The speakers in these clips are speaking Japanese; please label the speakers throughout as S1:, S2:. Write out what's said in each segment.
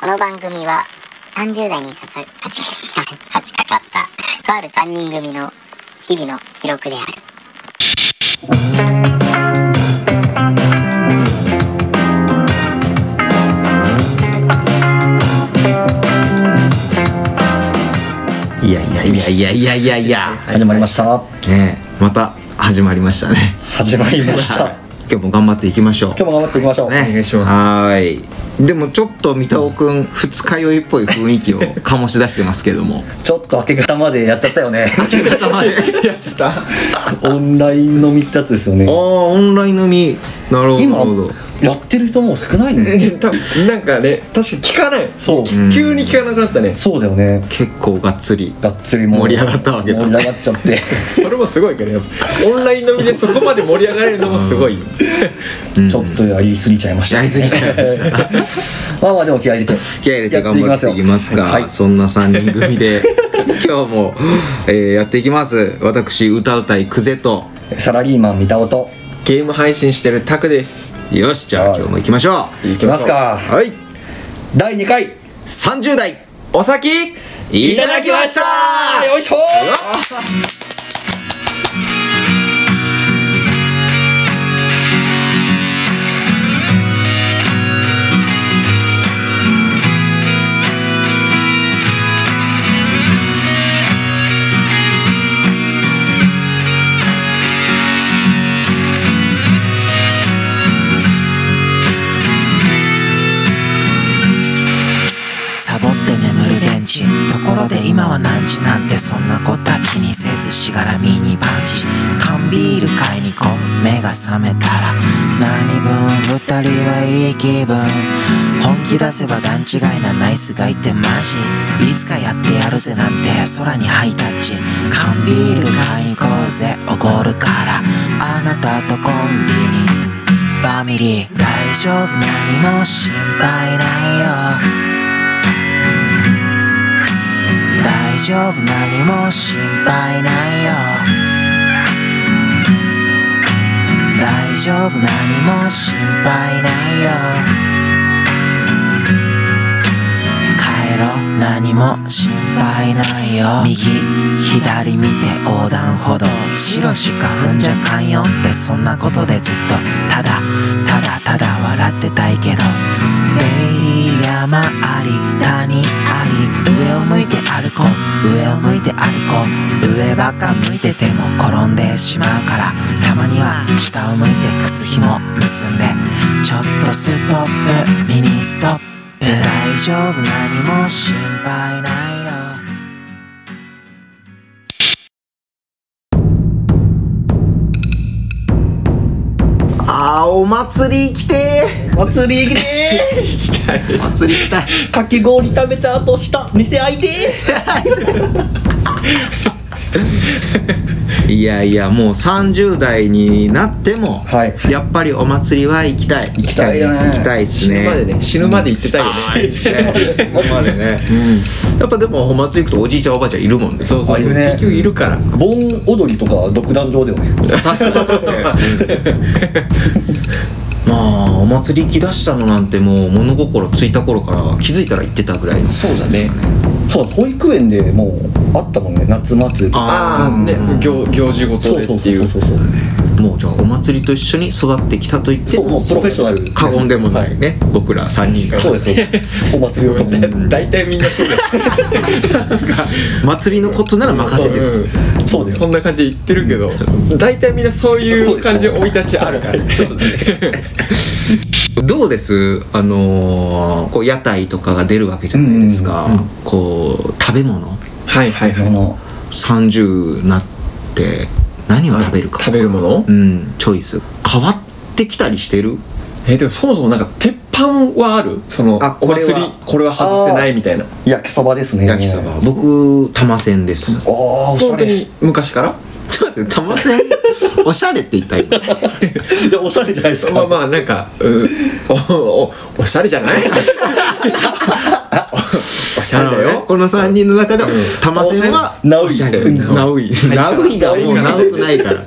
S1: この番組は30代にささ差し差し掛かったとある3人組の日々の記録である
S2: いやいやいやいやいやいやいや、
S3: 始まりました
S2: ねえ、また始まりましたね
S3: 始まりました
S2: はい今日も頑張っていきましょう
S3: 今日も頑張っていきましょう、
S2: ね
S4: お願いします
S2: はーいでもちょっと三田尾くん二日酔いっぽい雰囲気を醸し出してますけど も
S3: ちょっと明け方までやっちゃった よね
S2: 明け方まで
S4: やっちゃった
S3: オンライン飲みってやつですよね
S2: ああオンライン飲みなるほど
S3: 今
S2: なるほど
S3: やってる人もう少ないね
S4: 多分なんかね確かに聞かない
S3: そう
S4: き急に聞かなくなったね
S3: そうだよね
S2: 結構がっつり
S3: がっつりもう
S2: 盛り上がったわけだ
S3: 盛り上がっち ゃって
S4: それもすごいけどやっぱオンライン飲みでそこまで盛り上がれるのもすごいよ
S3: ちょっとやりすぎちゃいました、
S2: やりすぎちゃいました
S3: まあまあでも気合い入れて
S2: 気合い入れて頑張っていきますか
S3: やっていきま
S2: そんな3人組で今日も、えーやっていきます私歌うたいクゼと
S3: はい、サラリーマン見た音
S4: ゲーム配信してるタクです
S2: よしじゃあ
S3: はい
S2: 今日も行きましょう
S3: いきますか
S2: はい
S3: 第2回
S2: 30代
S4: お先
S2: いただきました
S3: よいしょ
S5: サボって眠るベンチところで今は何時なんてそんなことは気にせずしがらみにパンチ缶ビール買いに行こう目が覚めたら何分二人はいい気分本気出せば段違いなナイスがいてマジいつかやってやるぜなんて空にハイタッチ缶ビール買いに行こうぜおごるからあなたとコンビニファミリー大丈夫何も心配ないよ大丈夫何も心配ないよ大丈夫何も心配ないよ帰ろう何も心配ないよ右左見て横断歩道白しか踏んじゃかんよってそんなことでずっとただただただ笑ってたいけど出入り山あり谷あり上を向いて歩こう上を向いて歩こう上ばっか向いてても転んでしまうからたまには下を向いて靴ひも結んでちょっとストップミニストップ大丈夫何も心配ないよ
S2: あーお祭り来て
S3: お祭り行き て
S2: ーお祭り来たい
S3: ーかき氷食べた後した店開 いて
S2: いやいやもう30代になっても、
S3: はい
S2: やっぱりお祭りは行きたい行
S3: きたいよね
S2: 行きたいっす
S4: 死ぬ
S2: ね
S4: までね死ぬまで言ってたよ
S2: あー
S4: ね
S2: 行きたいここまでね、やっぱでもお祭り行くとおじいちゃんおばあちゃんいるもんね
S4: そうそう
S3: あい
S4: そう
S3: るね
S4: 結局いるから
S3: ー盆踊りとか独壇場だよね
S2: 確かにね、うん まあお祭り行きだしたのなんてもう物心ついた頃から気づいたら行ってたぐらいの
S4: そうだね
S3: そう保育園でもうあったもんね夏祭りとか
S4: ああねその行行事ごと
S3: そう
S4: で
S3: そう
S4: って
S3: そ
S4: いうう
S3: そうそう
S2: もうじゃあお祭りと一緒に育ってきたと言って
S3: そうもうプロフェッショナル
S2: 過言でもない
S3: は
S2: ね、僕ら3人が
S3: そうですそうですお祭り男
S4: 大体みんなそうだよ
S2: 祭りのことなら任せてる
S4: うん
S3: そうだよ
S4: そんな感じで言ってるけど大体みんなそういう感じの生い立ちあるからね
S2: どうですあのーこう屋台とかが出るわけじゃないですか、こう食べ物
S4: はいはい
S3: あ
S4: はい
S3: の
S2: 30になって何を食べるか
S4: 食べるもの
S2: うんチョイス変わってきたりしてる
S4: えでもそもそもなんか鉄板はあるその
S2: あ
S4: お
S2: これは
S4: 祭りこれは外せないみたいな
S3: 焼きそばですね
S2: 焼きそば僕玉線です
S3: ああおしゃ
S4: 本当
S3: れい
S4: に昔から
S2: ちょっと待って玉 線おしゃれって言った今
S3: やおしゃれじゃないですか
S4: まあまあなんかうおおおしゃれじゃない おおしゃれだ
S2: あのね
S4: よ
S2: この3人の中でも玉線は
S3: ナウイ
S2: おしゃれ
S3: うん
S2: ナウイナウイがもうナウくないから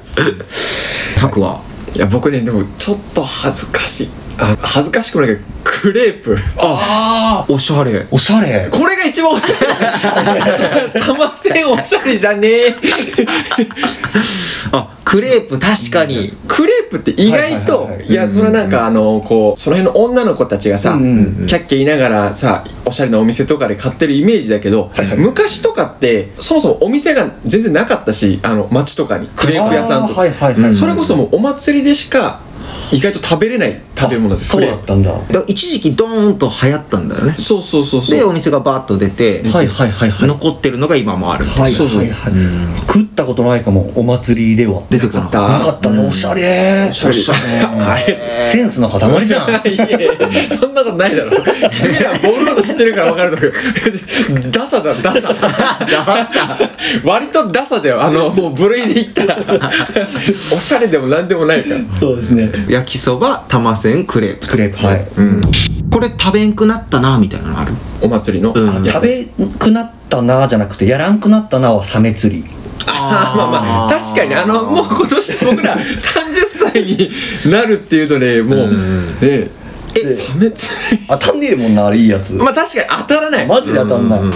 S2: タクは
S4: うんいや僕ねでもちょっと恥ずかしいあ恥ずかしくないけどクレープ
S3: ああ
S2: おしゃれ
S3: おしゃれ
S4: これが一番おしゃれ玉せんおしゃれじゃねえ
S2: あクレープ確かに
S4: クレープって意外と
S3: はいはいはい
S4: いやそれはなんかあのこうその辺の女の子たちがさ、
S3: うんうんうん
S4: キャッキャ言いながらさおしゃれなお店とかで買ってるイメージだけど、
S3: はいはい
S4: 昔とかってそもそもお店が全然なかったしあの街とかにクレープ屋さ
S3: あ
S4: んと
S3: ー
S4: か、
S3: はいはいはい、
S2: うん
S4: それこそもうお祭りでしか意外と食べれない食べ物です
S3: そうだったんだは
S2: だから一時期ドーンと流行ったんだよね
S4: そうそうそうそ
S2: でお
S4: う
S2: 店がバーッと出て、
S3: いはいはいはい
S2: 残ってるのが今もある
S3: はい
S4: そうそう
S3: はいはい
S2: うん
S3: 食ったことないかもお祭りでは
S2: 出てくるの
S4: た
S3: なかったねおしゃれお
S4: しゃれ
S3: あれ センスの塊じゃん
S4: いやいやいやそんなことないだろ君らボールのこと知ってるから分かると思う ダサだダサダサ割とダサだよあのもう部類で言っ たらおしゃれでもなんでもないから
S3: そうですね
S2: 焼きそば玉せんクレープ
S3: クレープはい
S2: うんこれ食べんくなったなみたいなのある
S4: お祭りの、
S2: うん
S4: あ
S3: 食べんくなったなじゃなくてやらんくなったなはサメ釣り
S4: あーまあまあ確かにあのもう今年僕ら30歳になるっていうとねもう、
S2: うん
S4: ねえサメ釣り
S3: 当たんねえもんなあれいいやつ、
S4: まあ確かに当たらない
S3: マジで当たんない、
S2: うん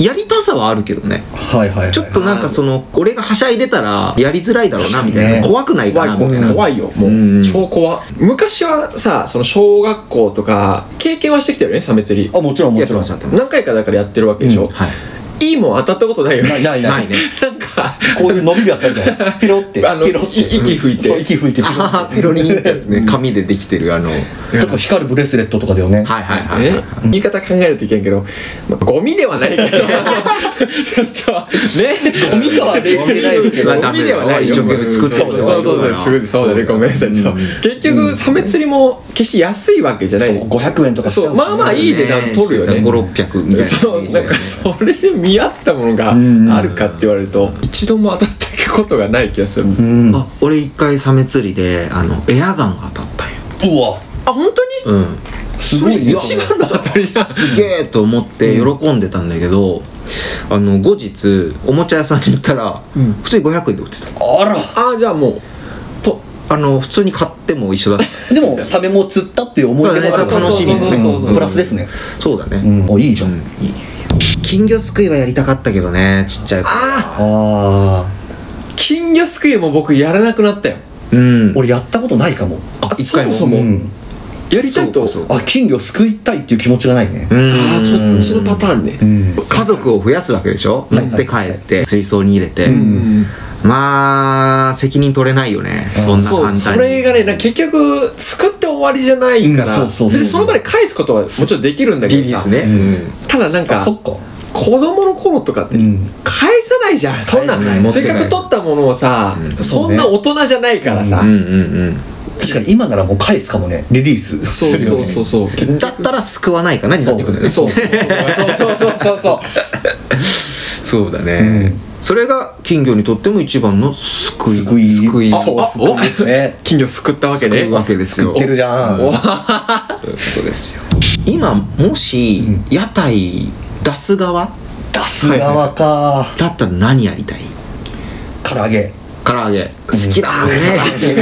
S2: やりたさはあるけどね
S3: はいはいはい
S2: ちょっとなんかその俺がはしゃいでたらやりづらいだろうなみたい
S3: 確かに
S2: な
S3: ね
S2: 怖くないか
S4: 怖い
S2: なみたい
S4: 怖い
S2: な
S4: 怖いよもう、
S2: うん
S4: 超怖昔はさその小学校とか経験はしてきたよねサメ釣り
S3: あもちろんも
S2: やっ
S3: ち
S2: て
S3: ろん
S2: ましたやってまし
S4: 何回かだからやってるわけでしょ、
S2: たはい
S4: いいもん当たったことないよね
S3: ないない
S2: な
S3: ないい
S2: ね
S4: なんか
S3: こういう伸びるやつあるじゃ んピロって
S4: あの
S3: ピロって
S4: い息吹いて
S3: そう息吹いてピロッ
S2: ああピロリンってやつね紙でできてるあのはい
S3: てとか光るブレスレットとかだよね
S2: はいはいは
S4: ね
S2: い、
S4: 言い方考えるといけんけど、まあ、ゴミではないけどちょっとね
S3: ゴミかはできないですけ ど
S2: まあダメだよ一生懸命作って
S4: そう
S2: る
S4: そうそうそう作ってそうだねごめんなさい、そう結局サメ釣りも決して安いわけじゃない、
S3: そう500円とか
S4: そうまあまあいい値段取るよね
S2: 5600みたいな
S4: そうなんかそれで見合ったものが
S3: うん
S4: あるかって言われると一度も当たったことがない気がする、
S3: うんうわ
S2: あ俺一回サメ釣りであのエアガンが当たったんよ
S4: あ本当に
S2: うん
S3: すごいね
S4: 一番の当たりじゃん
S2: すげえと思って喜んでたんだけど、あの後日おもちゃ屋さんに行ったら、
S4: うん
S2: 普通に500円で売ってた
S3: あら
S4: あじゃあもうと
S2: あの普通に買っても一緒だった
S3: でもサメも釣ったっていう思い出もある
S2: そうだね
S3: 楽しみ
S2: そうそう
S4: そうそうそう
S3: うんプラスですね
S2: そうだね、
S3: うんおいいじゃん、
S2: うんいい金魚すくいはやりたかったけどねちっちゃい頃
S4: あ
S3: あ
S4: 金魚すくいも僕やらなくなったよ
S2: うん
S3: ー俺やったことないかも
S2: あ
S4: あ
S2: 一回も
S4: そもそも
S3: うん
S4: やりたいと
S2: そうかそうか
S3: あ金魚すくいたいっていう気持ちがないね
S2: うん
S4: ああそっちのパターンね
S3: うん
S2: 家族を増やすわけでしょ持って帰って水槽に入れて、
S4: うん
S2: まあ責任取れないよねそんな
S4: そう
S2: 簡
S4: そ
S2: 単
S4: れ
S2: に
S4: がねな結局作って終わりじゃないから、
S3: うんそうそうそう
S4: 別にその場で返すことはもちろんできるんだけ
S2: ギ
S4: ど
S2: リです
S4: さ、
S2: ね、
S3: うん
S4: ただなん
S3: あ
S4: か
S3: そ
S4: 子
S3: っか
S4: 供の頃とかって
S3: うん
S4: 返さないじゃん、そんな
S2: 返さない持って
S4: せ
S2: ない
S4: っかく取ったものをさ、
S2: うん
S4: そんな大人じゃないからさ、
S2: うん、うん
S3: 確かに今ならもう返すかもねリリースす
S4: そう
S3: るよ、ね、
S4: そうそうそう
S2: う
S4: 結
S2: んだったら救わないかなになってくるね
S4: そうそうそうそうそうそうそう
S2: そうだね、それが金魚にとっても一番の救い
S3: 救い
S2: 救い
S3: あそうすごいですね
S4: 金魚すくったわけね
S2: 救うわけですよ
S3: 言ってるじゃん
S2: おそういうことですよ今もし
S3: うん
S2: 屋台出す側
S3: 出す側か、
S2: だったら何やりたい
S3: 唐揚げ
S2: 唐揚げ好きだね、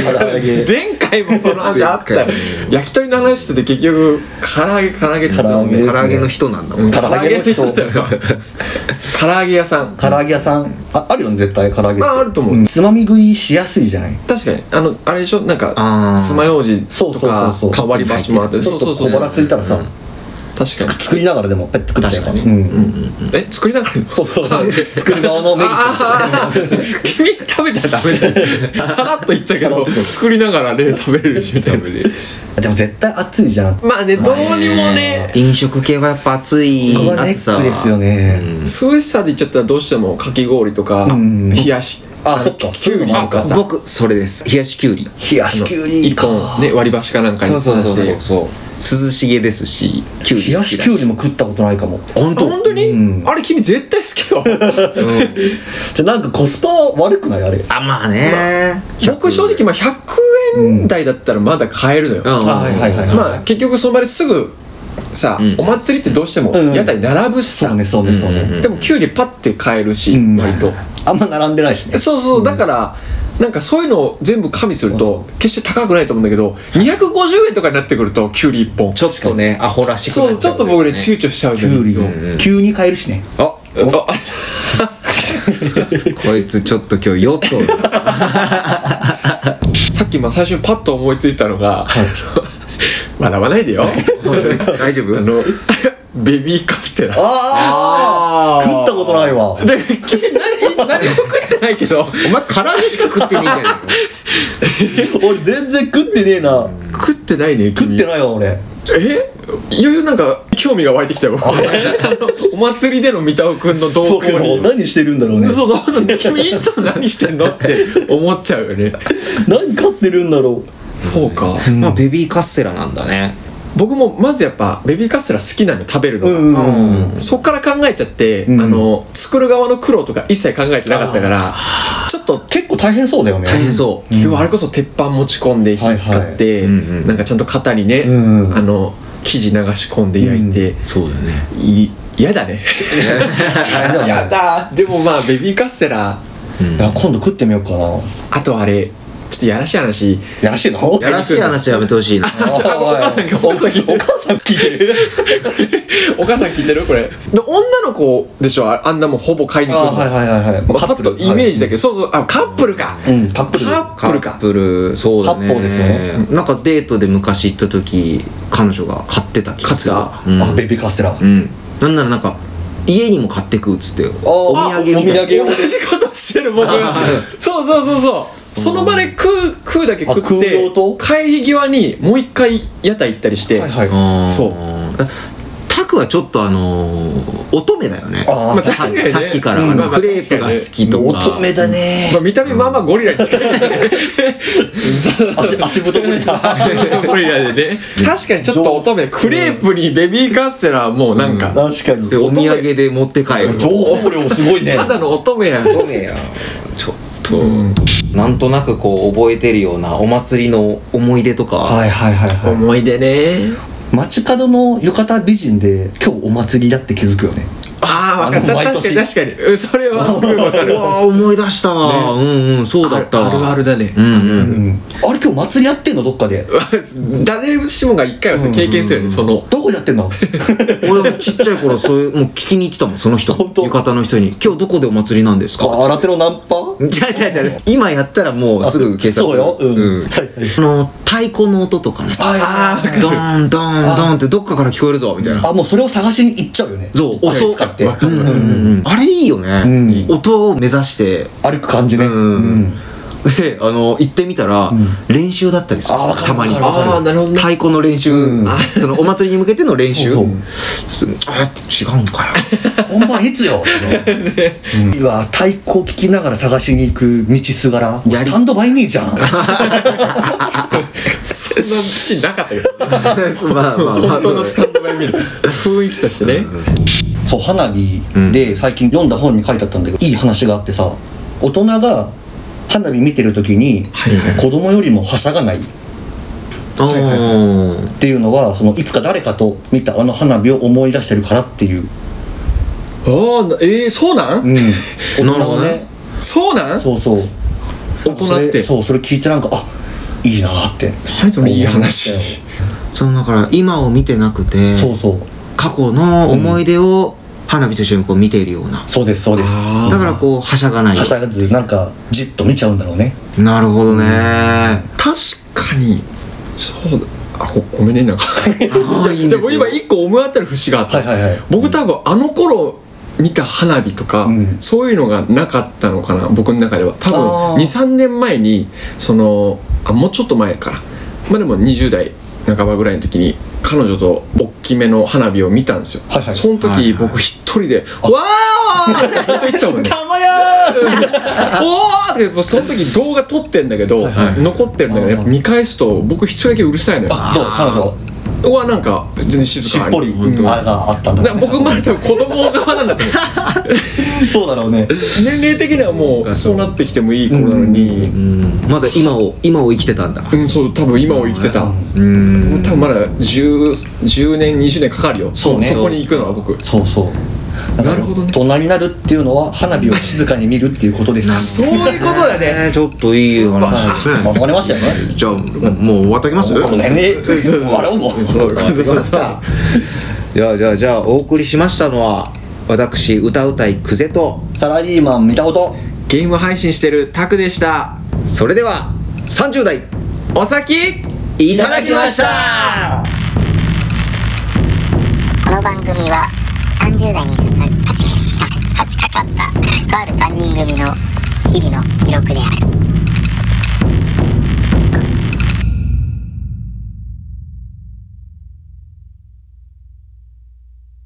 S3: 唐揚げ
S4: 前回もその話あったよ
S2: 前回
S4: 焼き鳥の話してて結局唐揚げ唐揚げって言ってたもんね
S3: ですね
S2: 唐揚げの人なんだもん、
S3: 唐揚げの人
S4: 唐揚げの人だよ唐揚げ屋さん
S3: 唐揚げ屋さんああるよね絶対唐揚げって
S4: ああると思うん
S3: つまみ食いしやすいじゃない
S4: 確かにあのあれでしょな
S2: あ
S4: んか
S2: ー
S4: 爪楊枝とか
S3: そうそうそうそう
S4: 変わり箸もあって
S3: ち
S4: そ
S3: ょ
S4: う
S3: っと
S4: そうそう
S3: 小
S4: そう
S3: 腹空いたらさ、
S4: 確かに
S3: 作りながらでもペッて食っちゃうから
S2: 確か
S3: うん
S4: え作りながら
S3: そうそう作る側のメリットとしてね
S4: ああ君食べたらダメだよさらっと言ったけど作りながらね食べれるしみたいな
S3: でも絶対暑いじゃん
S4: まあねどうにもね
S2: 飲食系はやっぱ暑い
S3: ここがネ
S2: 暑さ
S3: ッ
S2: は
S3: クですよね、
S2: うん
S4: 涼しさで言っちゃったらどうしてもかき氷とか
S3: うん
S4: 冷やし
S3: あそっか
S4: きゅうりとかさ
S2: 僕それです冷やしきゅうり
S3: 冷やしきゅうり
S4: 一
S3: か
S4: 本ね割り箸かなんかに刺さって
S2: そう涼しげですしきゅうり
S3: 冷
S2: 好
S3: や
S2: き
S3: し
S2: だ
S3: きゅうりも食ったことないかも
S2: 本
S4: あ
S2: 当
S4: 本当に、
S3: うん
S4: あれ君絶対好き よ
S3: じゃあなんかコスパ悪くないあれ
S2: あまあね
S4: 僕正直まあ100円台だったらまだ買えるのよ、
S2: うん
S3: あはいはいはいはい
S4: まあ結局その場ですぐさ、
S2: うん
S4: お祭りってどうしても
S3: うん
S4: 屋台並ぶしさ、
S3: そうねそうねそうね、
S2: うんうんうん
S4: でもキュウリパッて買えるし、
S3: うん
S4: 割と、
S3: あんま並んでないしね
S4: そうそうだから、なんかそういうのを全部加味すると決して高くないと思うんだけど250円とかになってくるとキュウリ1本
S2: ちょっとねアホらしく
S4: そう
S2: な
S4: ち
S2: ちゃ
S4: ょっ
S2: う
S4: と
S2: と
S4: 僕
S2: い
S4: ね
S2: う
S4: 躊躇しちゃうんだ
S3: キ
S4: よ
S3: ュウ
S4: ねい
S3: リ
S4: つも
S2: うん
S3: 急に買えるしね
S2: あ
S4: あ
S2: こいつちょっと今日ヨット だ
S4: さっきまあ最初にパッと思いついたのが 笑わないでよ
S2: 大丈夫
S4: あのベビーカステラ
S3: あ食ったことないわ
S4: で何何も食ってないけど
S2: お前唐揚げしか食ってねえじゃね
S3: 俺全然食ってねえな
S4: 食ってないね
S3: 食
S4: 君
S3: ってないわ俺
S4: えいよいよなんか興味が湧いてきたよ僕 あのお祭りでの三田尾君の動
S3: そう
S4: 向 に
S3: 何してるんだろうね
S4: そうなんだ君いつも何してんのって思っちゃうよね
S3: 何買ってるんだろう
S4: そうか
S2: えのよベビーカステラなんだね
S4: 僕もまずやっぱベビーカステラ好きなの食べるのが、
S3: うん
S2: うん
S4: そっから考えちゃって、
S3: うん
S4: あの作る側の苦労とか一切考えてなかったからちょっと
S3: 結構大変そうだよね
S2: 大変そ
S4: 今日はあれこそ鉄板持ち込んで火使って、
S2: はいはいうんうん
S4: なんかちゃんと型にね、
S3: うんうん
S4: あの生地流し込んで焼いて、
S2: うそうだね
S4: い嫌だね
S3: い
S4: や
S3: や
S4: だでもまあベビーカステラ
S2: うん
S3: 今度食ってみようかな
S4: あとあれちょっとやらし い話
S3: やらしいなお
S2: やらしい話やめてほしいな
S4: あお母さんがお母さん聞いてる
S3: お母さん聞いてる
S4: お母さん聞いてるこれで女の子でしょああんなもんほぼ買いに来るの、
S3: あはいはいはいはい、
S4: まあ、カップルイメージだけど、そうそうあカップルか、
S3: うんカップル
S4: カップルか
S2: カップルそうだね
S3: 八方ですよね
S2: なんかデートで昔行った時彼女が買ってた気がする
S4: 買っ
S2: うん
S3: あベビーカステラ、
S2: うんなんならなんか家にも買ってくっつってお土産みたいな
S3: お土産
S4: 同じことしてる僕が そうそうそうそうその場で食う食うだけ食っ
S3: あ食う
S4: て
S3: 用と
S4: 帰り際にもう一回屋台行ったりして、
S3: はいはい
S2: あー
S4: そう
S2: タクはちょっとあのー乙女だよね
S3: あー
S4: ま
S2: さ
S4: あ確かにね
S2: さっきからあ
S4: うんまあ
S2: の
S4: まあ
S2: クレープが好きとか
S3: 乙女だね
S4: まあ、見た目まあまあゴリラに近い、
S3: 足足太めだ
S4: ゴリラでね確かにちょっと乙女クレープにベビーカステラはもうなんか、
S3: 確かに
S2: でお土産で持って帰る
S3: 情報量すごいね
S4: ただの乙女や
S2: 乙女やちょっと、なんとなくこう覚えてるようなお祭りの思い出とか、
S3: はいはいはいは
S4: 思い出ね
S3: い街角の浴衣美人で今日お祭りだって気づくよね
S4: ああ分かった
S3: あの毎
S4: 確かに
S3: 年
S4: 確かにうんそれはすごい分か
S2: う
S4: る
S2: わー思い出したわ、うんうんそうだったわ
S4: あるあるだね
S2: うんう
S3: うんんあれ今日祭りやってんのどっかで
S4: 誰しもが一回はそれ経験するよね、その
S3: どこでやって んの
S2: 俺もちっちゃい頃そういうもう聞きに行ってたもんその人
S3: 本当
S2: 浴衣の人に「今日どこでお祭りなんですか?」
S3: あラテのナンパ
S2: じゃあじゃあじゃあ今やったらもうすぐ警察
S3: そうようん、
S2: うん
S3: はいはい
S2: あの太鼓の音とかね
S3: あー
S2: ドーンドーンドーンってどっかから聞こえるぞみたいな
S3: あもうそれを探しに行っちゃうよね
S2: そう
S3: お
S2: 襲う
S3: 使って
S4: わかるわかる
S3: うんうんうん
S2: あれいいよね、
S3: うん
S2: 音を目指して
S3: 歩く感じね、
S2: うん
S3: うん
S2: であの行ってみたら、
S3: ん
S2: 練習だったりする
S3: あーわかる
S2: たまに
S3: わかるわかる
S4: あーなるほどね
S2: 太鼓の練習、
S3: うん
S2: あそのお祭りに向けての練習
S3: そう
S2: すあ違うんかよ
S3: 本番いつ よ、うん、うわ太鼓聞きながら探しに行く道すがらもうスタンドバイミーじゃん
S4: そんなシーンなかったけど
S2: まあま あまあ
S4: 本当のス
S2: そうだね
S4: タンドバイミーの雰囲気としてね、
S3: そう花火で最近読んだ本に書いてあったんだけど、いい話があってさ大人が花火見てる時に
S4: はいはい
S3: 子供よりもはしゃがないっ
S2: あー
S3: ていうのはそのいつか誰かと見たあの花火を思い出してるからっていう、
S4: ああなえー、そうなん、
S3: うん、大
S2: な
S3: 人
S2: るほど
S3: は
S2: ね
S3: ね
S4: そうなん
S3: そうそう
S4: 大人っ
S3: それ
S4: て
S3: そうそれ聞いてなんかあいいなーって
S4: 何そのいい話
S3: 思いま
S2: そのだから今を見てなくて
S3: したよそうそう
S2: 過去の思い出を花火と一緒にこう見ているような、
S3: そうですそうです
S4: あー
S2: だからこうはしゃがない
S3: はしゃがずなんかじっと見ちゃうんだろうね
S2: なるほどね、
S4: 確かにそうだあごごめんねなんか
S2: あーいいん
S4: じ
S2: です
S4: ゃあ
S2: よ
S4: 僕今一個思い当たる節があった、
S3: はいはいはい
S4: 僕多分あの頃見た花火とか、
S3: うん
S4: そういうのがなかったのかな僕の中では多
S3: あー
S4: 分23年前にそのあもうちょっと前からまあでも20代半ばぐらいの時に彼女と大きめの花火を見たんですよ、
S3: はいはい
S4: その時、
S2: はいはい
S4: 僕一人で「わー!」ってずっと言ってた もんね
S3: まやー
S4: おーってもうその時動画撮ってんだけど、
S3: はいはい
S4: 残ってるんだけどやっぱ見返すと僕一人だけうるさいのよ
S3: あどう彼女
S4: うわなんか全然静
S3: し
S4: か
S3: っ
S4: に
S3: ぽり
S4: うん
S3: あがあったんだ
S4: な僕まだ多分子供側なんだけど
S3: そうだろうね
S4: 年齢的にはもうそうなってきてもいい頃なのに
S2: うん、まだ今を今を生きてたんだ
S4: うんそう多分今を生きてた、
S3: うん
S2: うん
S4: もう多分まだ 10, 10年20年かかるよ
S3: そうね
S4: そこに行くのは僕
S3: そうそうだから
S4: なるほどね
S3: 大人になるっていうのは花火を静かに見るっていうことです
S2: なる
S4: そういうことだね
S2: えーちょっといい話です
S3: まと
S2: ね
S3: まりましたよね
S2: じゃあもうもう終わっときます
S3: この辺で
S4: そうそう
S3: 終わろうもう
S4: そう
S2: わかりました じゃあじゃあじゃあお送りしましたのは私歌うたい久世と
S3: サラリーマン見たこと
S4: ゲーム配信してるタクでした
S2: それでは30代
S4: お先
S2: いただきました
S1: この番組は30代にささ差し差し掛かったとある3人組の日々の記録である